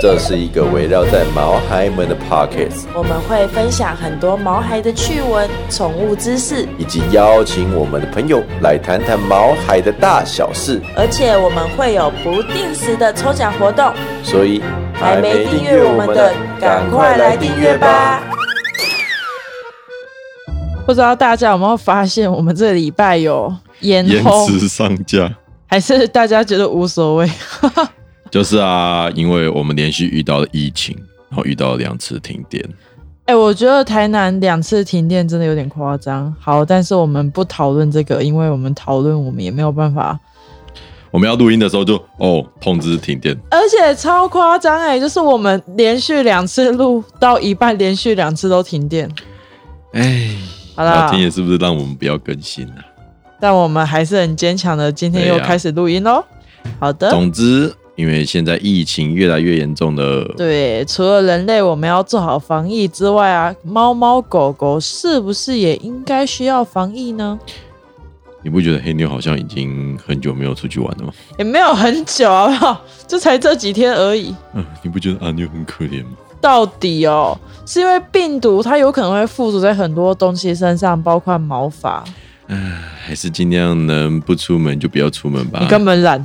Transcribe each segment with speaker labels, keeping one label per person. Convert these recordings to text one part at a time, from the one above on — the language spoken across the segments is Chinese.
Speaker 1: 这是一个围绕在毛孩们的 Pockets，
Speaker 2: 我们会分享很多毛孩的趣闻、宠物知识，
Speaker 1: 以及邀请我们的朋友来谈谈毛孩的大小事。
Speaker 2: 而且我们会有不定时的抽奖活动。
Speaker 1: 所以
Speaker 2: 还没订阅我们的，赶快来订阅吧！！不知道大家有没有发现，我们这礼拜有延
Speaker 3: 延
Speaker 2: 后，
Speaker 3: 迟上架，
Speaker 2: 还是大家觉得无所谓？
Speaker 3: 就是啊，因为我们连续遇到了疫情，然后遇到了两次停电，
Speaker 2: 哎、我觉得台南两次停电真的有点夸张。好，但是我们不讨论这个，因为我们讨论我们也没有办法。
Speaker 3: 我们要录音的时候就哦通知停电，
Speaker 2: 而且超夸张哎，就是我们连续两次录到一半，连续两次都停电。
Speaker 3: 哎，
Speaker 2: 好
Speaker 3: 那
Speaker 2: 啦
Speaker 3: 停，电是不是让我们不要更新啊？
Speaker 2: 但我们还是很坚强的，今天又
Speaker 3: 对呀啊
Speaker 2: 开始录音喽。好的，
Speaker 3: 总之，因为现在疫情越来越严重了，
Speaker 2: 对，除了人类我们要做好防疫之外啊，猫猫狗狗是不是也应该需要防疫呢？
Speaker 3: 你不觉得黑妞好像已经很久没有出去玩了吗？
Speaker 2: 也没有很久好不好？ 就才这几天而已。
Speaker 3: 嗯、 你不觉得阿妞很可怜吗？
Speaker 2: 到底哦，是因为病毒它有可能会附着在很多东西身上，包括毛发。
Speaker 3: 嗯还是尽量能不出门就不要出门吧。
Speaker 2: 你根本懒，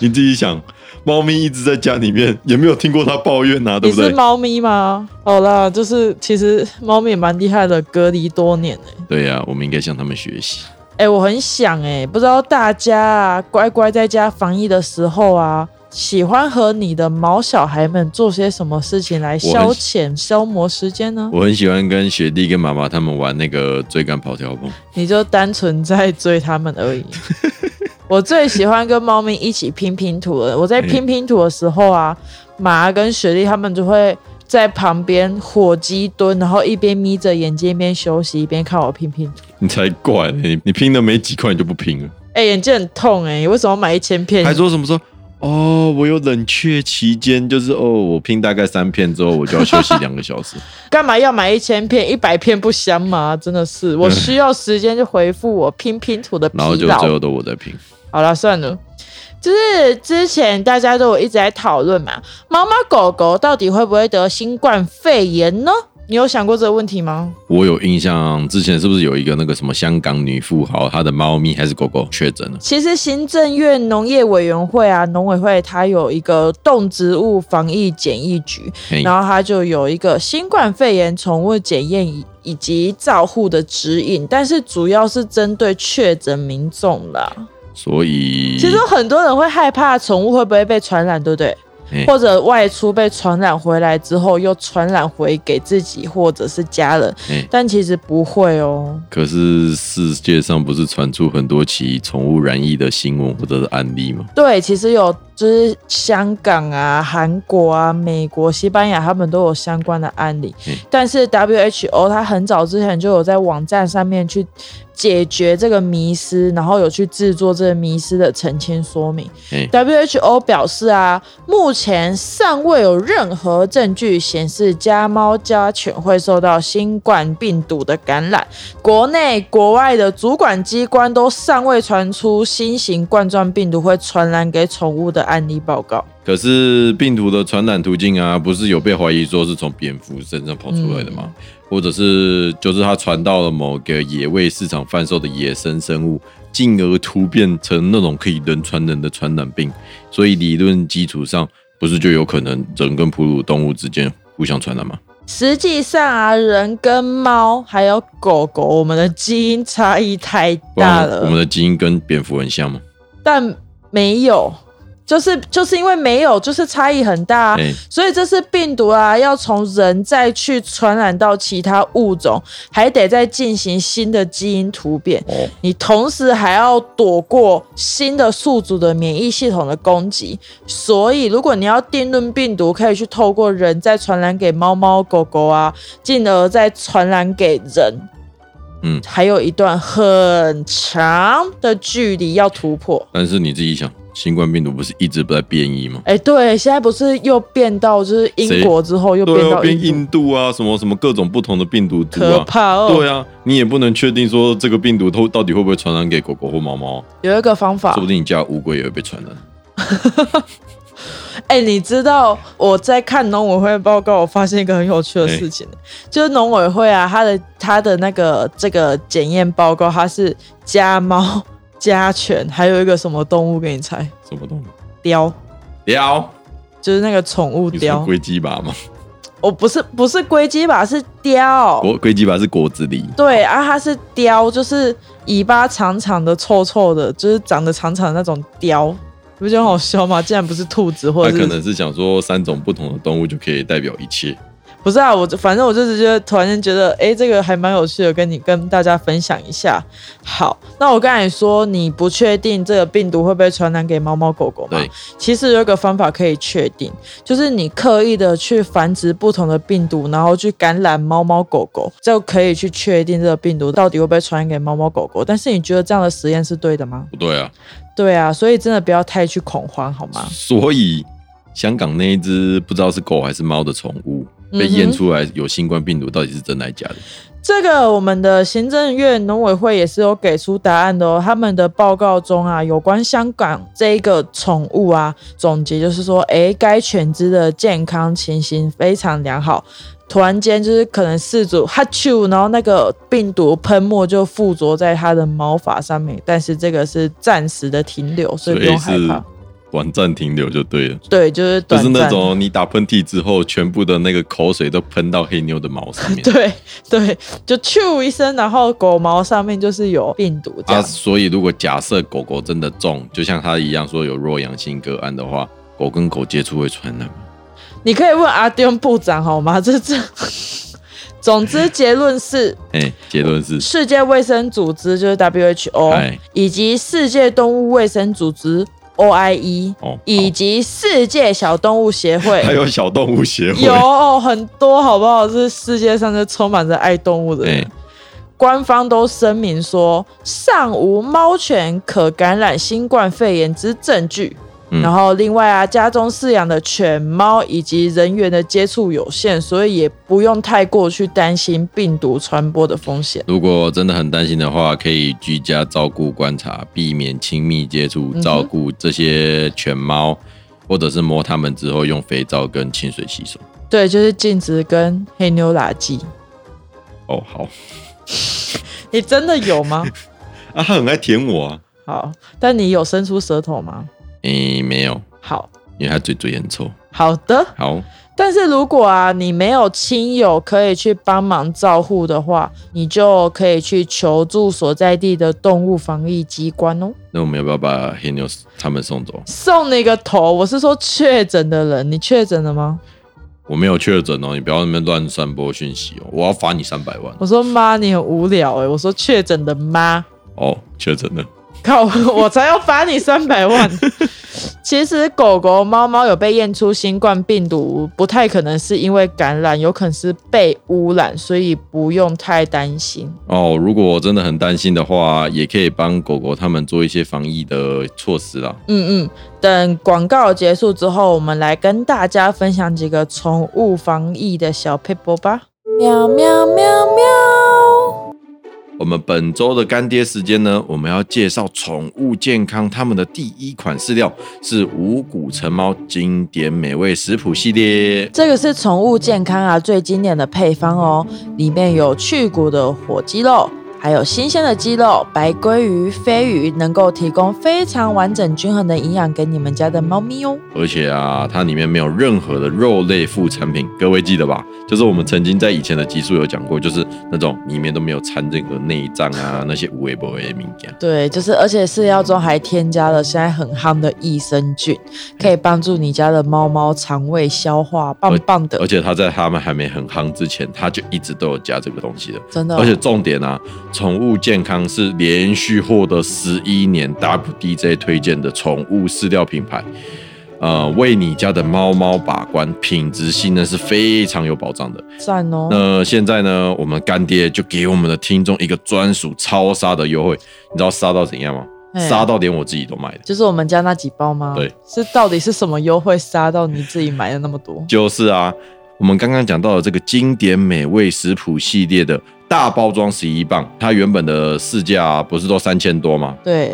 Speaker 3: 你自己想，猫咪一直在家里面，也没有听过它抱怨啊，对
Speaker 2: 你
Speaker 3: 不
Speaker 2: 是
Speaker 3: 对？
Speaker 2: 猫咪吗？好啦，就是其实猫咪也蛮厉害的，隔离多年哎、
Speaker 3: 对啊呀、我们应该向他们学习。
Speaker 2: 哎、我很想哎、不知道大家啊，乖乖在家防疫的时候啊，喜欢和你的毛小孩们做些什么事情来消遣、消磨时间呢？
Speaker 3: 我很喜欢跟学弟跟妈妈他们玩那个追赶跑跳蹦，
Speaker 2: 你就单纯在追它们而已。我最喜欢跟猫咪一起拼拼图了。我在拼拼图的时候啊，马儿跟雪莉他们就会在旁边火鸡蹲，然后一边眯着眼睛一边休息，一边看我拼拼图。
Speaker 3: 你才怪嘞、你你拼了没几块你就不拼了，
Speaker 2: 哎、眼睛很痛哎、你为什么买一千片？
Speaker 3: 还说什么说哦，我有冷却期间，就是哦，我拼大概三片之后我就要休息两个小 时，
Speaker 2: 干嘛要买一千片？一百片不香吗？真的是，我需要时间就回复我拼拼图的
Speaker 3: 嗯
Speaker 2: 疲
Speaker 3: 然后就最
Speaker 2: 劳。
Speaker 3: 后都我在拼，
Speaker 2: 好了，算了。就是之前大家都有一直在讨论嘛，猫猫狗狗到底会不会得新冠肺炎呢？你有想过这个问题吗？
Speaker 3: 我有印象之前是不是有一个那个什么香港女富豪，她的猫咪还是狗狗确诊了？
Speaker 2: 其实行政院农业委员会啊，农委会它有一个动植物防疫检疫局，
Speaker 3: 嘿
Speaker 2: 然后它就有一个新冠肺炎宠物检验以以及照护的指引，但是主要是针对确诊民众啦。
Speaker 3: 所以
Speaker 2: 其实有很多人会害怕宠物会不会被传染，对不对？
Speaker 3: 嗯
Speaker 2: 或者外出被传染回来之后，又传染回给自己或者是家人，
Speaker 3: 嗯
Speaker 2: 但其实不会哦。
Speaker 3: 可是世界上不是传出很多起宠物染疫的新闻或者是案例吗？
Speaker 2: 对，其实有就是香港啊、韩国啊、美国、西班牙，他们都有相关的案例。
Speaker 3: 嗯
Speaker 2: 但是 WHO 它很早之前就有在网站上面去解决这个迷失，然后有去制作这个迷失的澄清说明。
Speaker 3: 嗯
Speaker 2: WHO 表示啊，目前尚未有任何证据显示家猫家犬会受到新冠病毒的感染。国内国外的主管机关都尚未传出新型冠状病毒会传染给宠物的案例报告。
Speaker 3: 可是病毒的传染途径啊，不是有被怀疑说是从蝙蝠身上跑出来的吗？
Speaker 2: 嗯
Speaker 3: 或者是就是它传到了某个野味市场贩售的野生生物，进而突变成那种可以人传人的传染病。所以理论基础上，不是就有可能人跟哺乳动物之间互相传染吗？
Speaker 2: 实际上啊，人跟猫还有狗狗，我们的基因差异太
Speaker 3: 不
Speaker 2: 大
Speaker 3: 然
Speaker 2: 了。
Speaker 3: 我们的基因跟蝙蝠很像吗？
Speaker 2: 但没有，就是就是因为没有，就是差异很大、啊，
Speaker 3: 哎、
Speaker 2: 所以这次病毒啊，要从人再去传染到其他物种，还得再进行新的基因突变。
Speaker 3: 哦，
Speaker 2: 你同时还要躲过新的宿主的免疫系统的攻击，所以如果你要定论病毒，可以去透过人再传染给猫猫狗狗啊，进而再传染给人。
Speaker 3: 嗯
Speaker 2: 还有一段很长的距离要突破。
Speaker 3: 但是你自己想，新冠病毒不是一直在变异吗？
Speaker 2: 哎、对，现在不是又变到就是英国之后又变
Speaker 3: 对啊，
Speaker 2: 到
Speaker 3: 变
Speaker 2: 印度，
Speaker 3: 印度啊，什么什么各种不同的病毒株
Speaker 2: 可
Speaker 3: 啊。
Speaker 2: 怕哦。
Speaker 3: 对啊，你也不能确定说这个病毒都到底会不会传染给狗狗或猫猫啊，
Speaker 2: 有一个方法
Speaker 3: 说，不定你家的乌龟也会被传染。
Speaker 2: 哎、你知道我在看农委会报告，我发现一个很有趣的事情，
Speaker 3: 哎
Speaker 2: 就是农委会啊，它的它的那个这个检验报告，它是加猫、 加犬，还有一个什么动物给你猜？
Speaker 3: 什么东西？
Speaker 2: 雕，
Speaker 3: 雕？
Speaker 2: 就是那个宠物
Speaker 3: 你说
Speaker 2: 雕。
Speaker 3: 龟鸡吧吗？
Speaker 2: 我不是不是龟鸡吧，是雕。
Speaker 3: 果龟鸡吧是果子狸。
Speaker 2: 对啊，它是雕，就是尾巴长长的、臭臭的，就是长得长长的那种雕，你不觉得很好笑吗？竟然不是兔子，或
Speaker 3: 他
Speaker 2: 者
Speaker 3: 可
Speaker 2: 是
Speaker 3: 能是想说三种不同的动物就可以代表一切。
Speaker 2: 不是啊？我就反正我就是觉得突然间觉得，哎、这个还蛮有趣的，跟你跟大家分享一下。好，那我刚才说你不确定这个病毒会不会传染给猫猫狗狗嘛
Speaker 3: 对？
Speaker 2: 其实有一个方法可以确定，就是你刻意的去繁殖不同的病毒，然后去感染猫猫狗狗，就可以去确定这个病毒到底会不会传染给猫猫狗狗。但是你觉得这样的实验是对的吗？
Speaker 3: 不对啊，
Speaker 2: 对啊，所以真的不要太去恐慌，好吗？
Speaker 3: 所以香港那一只不知道是狗还是猫的宠物被
Speaker 2: 嗯哼
Speaker 3: 验出来有新冠病毒，到底是真的还是假的？
Speaker 2: 这个我们的行政院农委会也是有给出答案的哦。他们的报告中啊，有关香港这一个宠物啊，总结就是说，诶，该犬只的健康情形非常良好。突然间就是可能饲主哈啾，然后那个呃病毒喷沫就附着在它的毛发上面，但是这个是暂时的停留，所以不用害
Speaker 3: 是
Speaker 2: 怕。
Speaker 3: 短暂停留就对了。
Speaker 2: 对，就是哦
Speaker 3: 就
Speaker 2: 短
Speaker 3: 是
Speaker 2: 暂的。
Speaker 3: 那种你打喷嚏之后，全部的那个口水都喷到黑妞的毛上面。
Speaker 2: 对对，就啾一声，然后狗毛上面就是有病毒这
Speaker 3: 啊，
Speaker 2: 样。
Speaker 3: 所以如果假设狗狗真的中，就像它一样说有弱阳性个案的话，狗跟狗接触会传染吗？
Speaker 2: 你可以问阿丁部长好吗？ 这这，总之结论是，
Speaker 3: 哎、结论是，
Speaker 2: 世界卫生组织就是 WHO，
Speaker 3: 哎
Speaker 2: 以及世界动物卫生组织 OIE，
Speaker 3: 哦，
Speaker 2: 以及世界小动物协会。
Speaker 3: 还有小动物协会，
Speaker 2: 有哦很多好不好？是世界上就充满着爱动物的人
Speaker 3: 哎。
Speaker 2: 官方都声明说，尚无猫犬可感染新冠肺炎之证据。
Speaker 3: 嗯
Speaker 2: 然后，另外啊，家中饲养的犬、猫以及人员的接触有限，所以也不用太过去担心病毒传播的风险。
Speaker 3: 如果真的很担心的话，可以居家照顾观察，避免亲密接触，
Speaker 2: 哼
Speaker 3: 照顾这些犬猫，或者是摸它们之后用肥皂跟清水洗手。
Speaker 2: 对，就是禁止跟黑妞垃圾。
Speaker 3: 哦，好
Speaker 2: 你真的有吗？
Speaker 3: 啊，它很爱舔我啊。
Speaker 2: 好，但你有伸出舌头吗？
Speaker 3: 诶、没有，
Speaker 2: 好，
Speaker 3: 因为它嘴嘴很臭。
Speaker 2: 好的。
Speaker 3: 好，
Speaker 2: 但是如果啊，你没有亲友可以去帮忙照护的话，你就可以去求助所在地的动物防疫机关哦。
Speaker 3: 那我们要不要把黑妞他们送走？
Speaker 2: 送你个头！我是说确诊的人，你确诊了吗？
Speaker 3: 我没有确诊哦，你不要那边乱散播讯息哦，我要罚你三百万
Speaker 2: 我说妈，你很无聊诶、欸我说确诊的妈，
Speaker 3: 哦。确诊了，
Speaker 2: 靠，我才要罚你三百万。 其实狗狗、猫猫有被验出新冠病毒，不太可能是因为感染，有可能是被污染，所以不用太担心。
Speaker 3: 哦，如果真的很担心的话，也可以帮狗狗他们做一些防疫的措施啦。
Speaker 2: 嗯嗯，等广告结束之后，我们来跟大家分享几个宠物防疫的小 paper 吧。喵喵喵喵！
Speaker 3: 我们本周的干爹时间呢，我们要介绍宠物健康他们的第一款饲料是五谷橙猫经典美味食谱系列。
Speaker 2: 这个是宠物健康啊最经典的配方哦，里面有去骨的火鸡肉。还有新鲜的鸡肉、白鲑鱼、飞鱼，能够提供非常完整均衡的营养给你们家的猫咪哦。
Speaker 3: 而且啊，它里面没有任何的肉类副产品，各位记得吧？就是我们曾经在以前的集数有讲过，就是那种里面都没有掺这个内脏啊，那些无微不微的物件。
Speaker 2: 对，就是而且饲料中还添加了现在很夯的益生菌，可以帮助你家的猫猫肠胃消化，棒棒的
Speaker 3: 而。且它在它们还没很夯之前，它就一直都有加这个东西的。
Speaker 2: 真的哦、
Speaker 3: 而且重点啊，宠物健康是连续获得十一年 WDJ 推荐的宠物饲料品牌，呃，为你家的猫猫把关，品质信任是非常有保障的。
Speaker 2: 赞哦，
Speaker 3: 那现在呢，我们干爹就给我们的听众一个专属超杀的优惠，你知道杀到怎样吗？
Speaker 2: 哎
Speaker 3: 杀到连我自己都卖了。
Speaker 2: 就是我们家那几包吗？
Speaker 3: 对，
Speaker 2: 是到底是什么优惠杀到你自己买了那么多？
Speaker 3: 就是啊，我们刚刚讲到的这个经典美味食谱系列的大包装十一磅，它原本的市价不是都三千多吗？
Speaker 2: 对，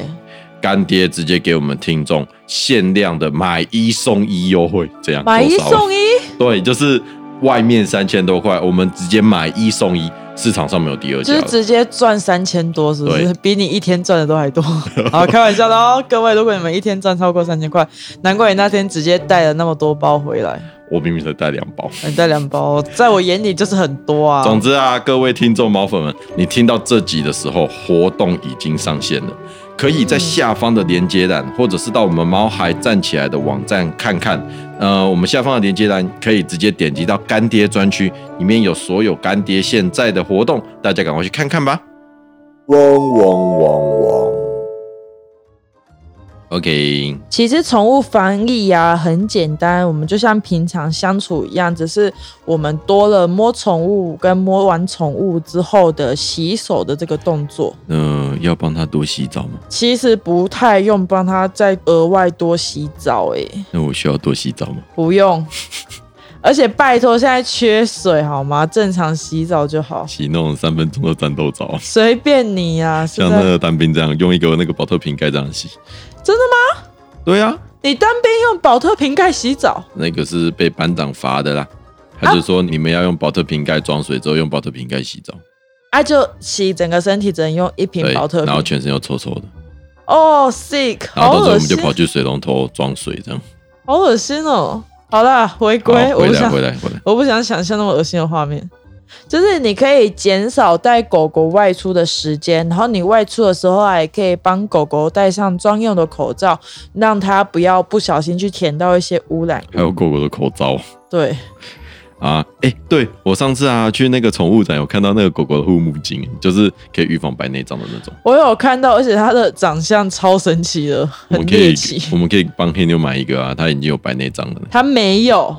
Speaker 3: 干爹直接给我们听众限量的买一送一优惠，这样
Speaker 2: 买一
Speaker 3: 多少
Speaker 2: 送一，
Speaker 3: 对，就是外面三千多块，我们直接买一送一，市场上没有第二家
Speaker 2: 就
Speaker 3: 了。
Speaker 2: 是直接赚三千多，是不是
Speaker 3: 对？
Speaker 2: 比你一天赚的 都还多。好，开玩笑的哦，各位，如果你们一天赚超过三千块，难怪你那天直接带了那么多包回来，
Speaker 3: 我明明才带两包。
Speaker 2: 你带两包，在我眼里就是很多啊。
Speaker 3: 总之啊，各位听众毛粉们，你听到这集的时候，活动已经上线了，可以在下方的连接栏，或者是到我们猫海站起来的网站看看。呃，我们下方的连接栏可以直接点击到干爹专区，里面有所有干爹现在的活动，大家赶快去看看吧。
Speaker 1: 嗡嗡嗡嗡。
Speaker 3: OK，
Speaker 2: 其实宠物防疫呀、很简单，我们就像平常相处一样，只是我们多了摸宠物跟摸完宠物之后的洗手的这个动作。
Speaker 3: 嗯、要帮他多洗澡吗？
Speaker 2: 其实不太用帮它再额外多洗澡、欸，
Speaker 3: 那我需要多洗澡吗？
Speaker 2: 不用。 而且拜托，现在缺水好吗？正常洗澡就好，
Speaker 3: 洗那种三分钟的战斗澡，
Speaker 2: 随便你啊。是
Speaker 3: 像
Speaker 2: 不
Speaker 3: 那
Speaker 2: 是？
Speaker 3: 个单兵这样，用一个那个保特瓶盖这样洗。
Speaker 2: 真的
Speaker 3: 吗？对啊，
Speaker 2: 你当兵用保特瓶盖洗澡，
Speaker 3: 那个是被班长罚的啦。他就说你们要用保特瓶盖装水，之后用保特瓶盖洗澡，
Speaker 2: 啊，就洗整个身体只能用一瓶
Speaker 3: 对
Speaker 2: 保，特
Speaker 3: 然后
Speaker 2: 瓶。
Speaker 3: 全身又臭臭的，
Speaker 2: 哦、s i c k
Speaker 3: 然后
Speaker 2: 好
Speaker 3: 到时候
Speaker 2: 恶
Speaker 3: 我们就
Speaker 2: 心，
Speaker 3: 跑去水龙头装水，这样。
Speaker 2: 好恶心哦。好啦，回
Speaker 3: 好
Speaker 2: 归，我
Speaker 3: 回
Speaker 2: 不
Speaker 3: 来
Speaker 2: 想
Speaker 3: 回，来回来，
Speaker 2: 我不想想象那么恶心的画面。就是你可以减少带狗狗外出的时间，然后你外出的时候还可以帮狗狗戴上专用的口罩，让它不要不小心去舔到一些污染
Speaker 3: 还有狗狗的口罩
Speaker 2: 对，
Speaker 3: 啊，哎、对我上次啊去那个宠物展，有看到那个狗狗的护目镜，就是可以预防白内障的那种。
Speaker 2: 我有看到，而且它的长相超神奇的，
Speaker 3: 我
Speaker 2: 很
Speaker 3: 们可以
Speaker 2: 猎奇。
Speaker 3: 我们可以帮黑妞买一个啊，它已经有白内障了。
Speaker 2: 它没有，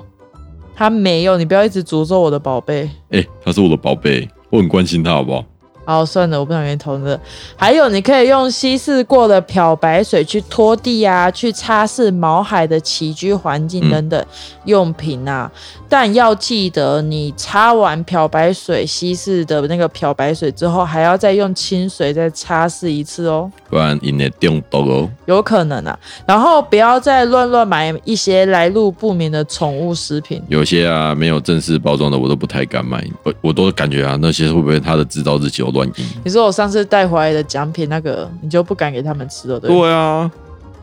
Speaker 2: 它没有，你不要一直诅咒我的宝贝。
Speaker 3: 哎、它是我的宝贝，我很关心它，好不好？
Speaker 2: 好，哦算了，我不想跟你讨论这个。还有，你可以用稀释过的漂白水去拖地啊，去擦拭毛海的起居环境等等用品啊。但要记得，你擦完漂白水稀释的那个漂白水之后，还要再用清水再擦拭一次哦。
Speaker 3: 不然引来中毒哦。
Speaker 2: 有可能啊，然后不要再乱乱买一些来路不明的宠物食品。
Speaker 3: 有些啊没有正式包装的，我都不太敢买，我我都感觉啊那些会不会它的制造日期有乱印？
Speaker 2: 你说我上次带回来的奖品那个，你就不敢给他们吃了，对不对？
Speaker 3: 对啊，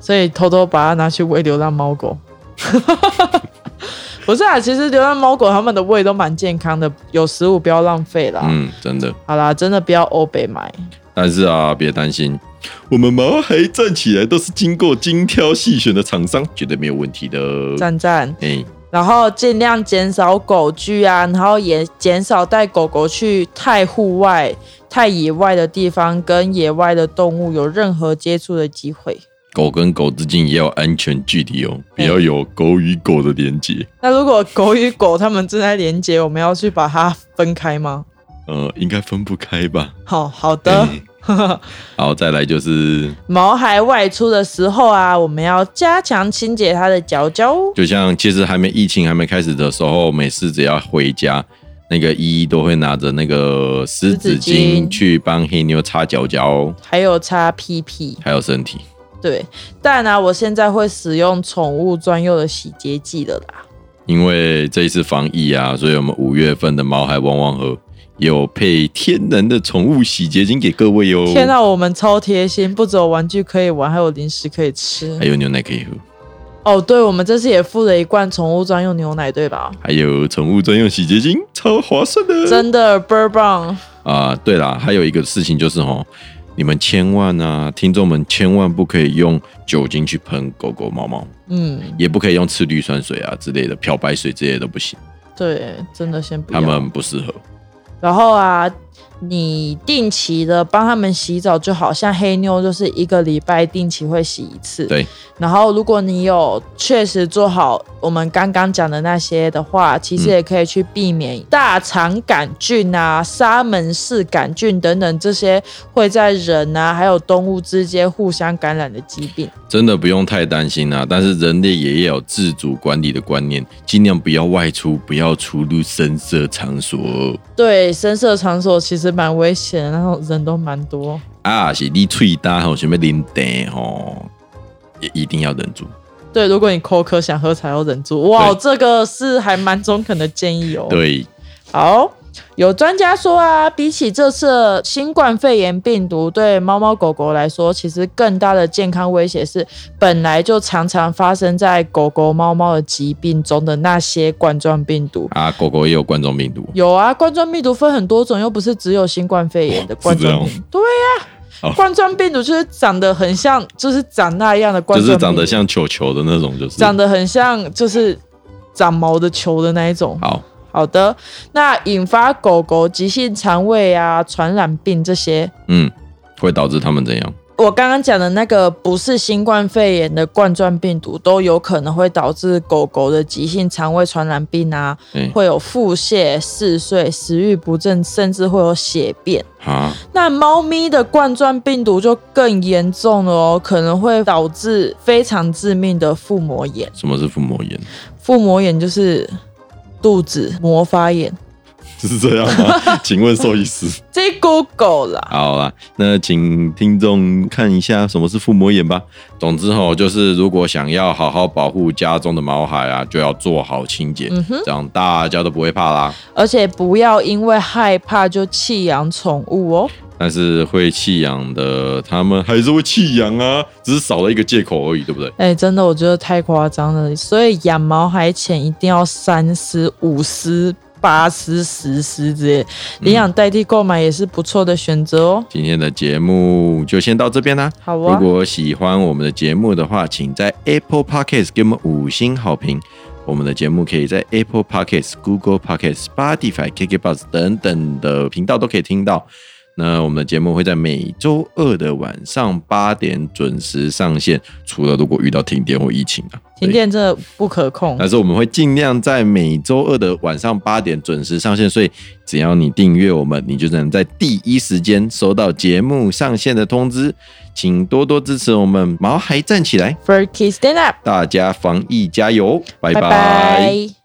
Speaker 2: 所以偷偷把它拿去喂流浪猫狗。 不是啊，其实流浪猫狗它们的胃都蛮健康的，有食物不要浪费啦。
Speaker 3: 嗯，真的。
Speaker 2: 好啦，真的不要欧北买，
Speaker 3: 但是啊，别担心，我们毛孩站起来都是经过精挑细选的厂商，绝对没有问题的。
Speaker 2: 赞赞。
Speaker 3: 哎、
Speaker 2: 然后尽量减少狗具啊，然后也减少带狗狗去太户外、太野外的地方，跟野外的动物有任何接触的机会。
Speaker 3: 狗跟狗之间也要安全距离哦，不要有狗与狗的连接。
Speaker 2: 那如果狗与狗它们正在连接，我们要去把它分开吗？
Speaker 3: 呃，应该分不开吧？
Speaker 2: 好好的。
Speaker 3: 好，再来就是，
Speaker 2: 毛孩外出的时候啊，我们要加强清洁它的脚脚。
Speaker 3: 就像其实还没疫情还没开始的时候，每次只要回家，那个依依都会拿着那个湿纸
Speaker 2: 湿纸巾
Speaker 3: 巾去帮黑妞擦脚脚，
Speaker 2: 还有擦屁屁，
Speaker 3: 还有身体。
Speaker 2: 对，但啊，我现在会使用宠物专用的洗洁剂的啦。
Speaker 3: 因为这一次防疫啊，所以我们五月份的毛海汪汪河有配天然的宠物洗洁精给各位哦哟、
Speaker 2: 天啊，我们超贴心，不只有玩具可以玩，还有零食可以吃
Speaker 3: 还。有牛奶可以喝，
Speaker 2: 哦，对，我们这次也附了一罐宠物专用牛奶，对吧？
Speaker 3: 还有宠物专用洗洁精，超划算的。
Speaker 2: 真的倍儿棒！
Speaker 3: 啊、对啦，还有一个事情就是吼，你们千万啊，听众们千万不可以用酒精去喷狗狗、猫猫，
Speaker 2: 嗯，
Speaker 3: 也不可以用次氯酸水啊之类的、漂白水之类的都不行，
Speaker 2: 对，真的先不
Speaker 3: 它
Speaker 2: 要。
Speaker 3: 们不适合。
Speaker 2: 然后啊，你定期的帮他们洗澡，就好像黑妞就是一个礼拜定期会洗一次。
Speaker 3: 对。
Speaker 2: 然后，如果你有确实做好我们刚刚讲的那些的话，其实也可以去避免大肠杆菌啊、沙门氏杆菌等等这些会在人啊还有动物之间互相感染的疾病。
Speaker 3: 真的不用太担心啦、但是人类也要有自主管理的观念，尽量不要外出，不要出入深色场所哦
Speaker 2: 对，深色场所其实蛮危险的，然后人都蛮多。
Speaker 3: 啊！是你喙大吼，想要啉茶吼，也一定要忍住。
Speaker 2: 对，如果你口渴想喝才要忍住。哇，
Speaker 3: 对
Speaker 2: 这个是还蛮中肯的建议哦。
Speaker 3: 对，
Speaker 2: 好，有专家说啊，比起这次新冠肺炎病毒对猫猫狗狗来说，其实更大的健康威胁是本来就常常发生在狗狗、猫猫的疾病中的那些冠状病毒。
Speaker 3: 啊，狗狗也有冠状病毒，
Speaker 2: 有啊，冠状病毒分很多种，又不是只有新冠肺炎的冠状病毒。对呀、
Speaker 3: 哦
Speaker 2: 冠状病毒就是长得很像，就是长那样的冠
Speaker 3: 就是
Speaker 2: 状病毒，
Speaker 3: 长得像球球的那种，就是
Speaker 2: 长得很像，就是长毛的球的那一种。
Speaker 3: 好。
Speaker 2: 好的，那引发狗狗急性肠胃啊、传染病这些，
Speaker 3: 嗯，会导致他们怎样？
Speaker 2: 我刚刚讲的那个不是新冠肺炎的冠状病毒，都有可能会导致狗狗的急性肠胃传染病啊，
Speaker 3: 哎、
Speaker 2: 会有腹泻、嗜睡、食欲不振，甚至会有血便。
Speaker 3: 啊，
Speaker 2: 那猫咪的冠状病毒就更严重了哦，可能会导致非常致命的腹膜炎。
Speaker 3: 什么是腹膜炎？
Speaker 2: 腹膜炎就是肚子膜发炎，
Speaker 3: 是这样 吗？请问兽医师。
Speaker 2: 这 Google 啦。
Speaker 3: 好啦，那请听众看一下什么是腹膜炎吧。总之吼，就是如果想要好好保护家中的毛孩啊，就要做好清洁，
Speaker 2: 嗯哼
Speaker 3: 这样大家都不会怕啦。
Speaker 2: 而且不要因为害怕就弃养宠物哦。
Speaker 3: 但是会弃养的，他们还是会弃养啊，只是少了一个借口而已，对不对？
Speaker 2: 哎、真的，我觉得太夸张了。所以养毛孩前一定要三思、五思、八思、十思之类，领养代替购买也是不错的选择哦。
Speaker 3: 今天的节目就先到这边啦。
Speaker 2: 好
Speaker 3: 如
Speaker 2: 啊，
Speaker 3: 果喜欢我们的节目的话，请在 Apple Podcast 给我们五星好评。我们的节目可以在 Apple Podcast、Google Podcast、Spotify、KKBox 等等的频道都可以听到。那我们的节目会在每周二的晚上八点准时上线。除了如果遇到停电或疫情啊，
Speaker 2: 停
Speaker 3: 对，
Speaker 2: 电真的不可控。
Speaker 3: 但是我们会尽量在每周二的晚上八点准时上线。所以只要你订阅我们，你就能在第一时间收到节目上线的通知。请多多支持我们毛孩站起来，
Speaker 2: Furky stand up，
Speaker 3: 大家防疫加油，拜
Speaker 2: 拜
Speaker 3: 拜
Speaker 2: 拜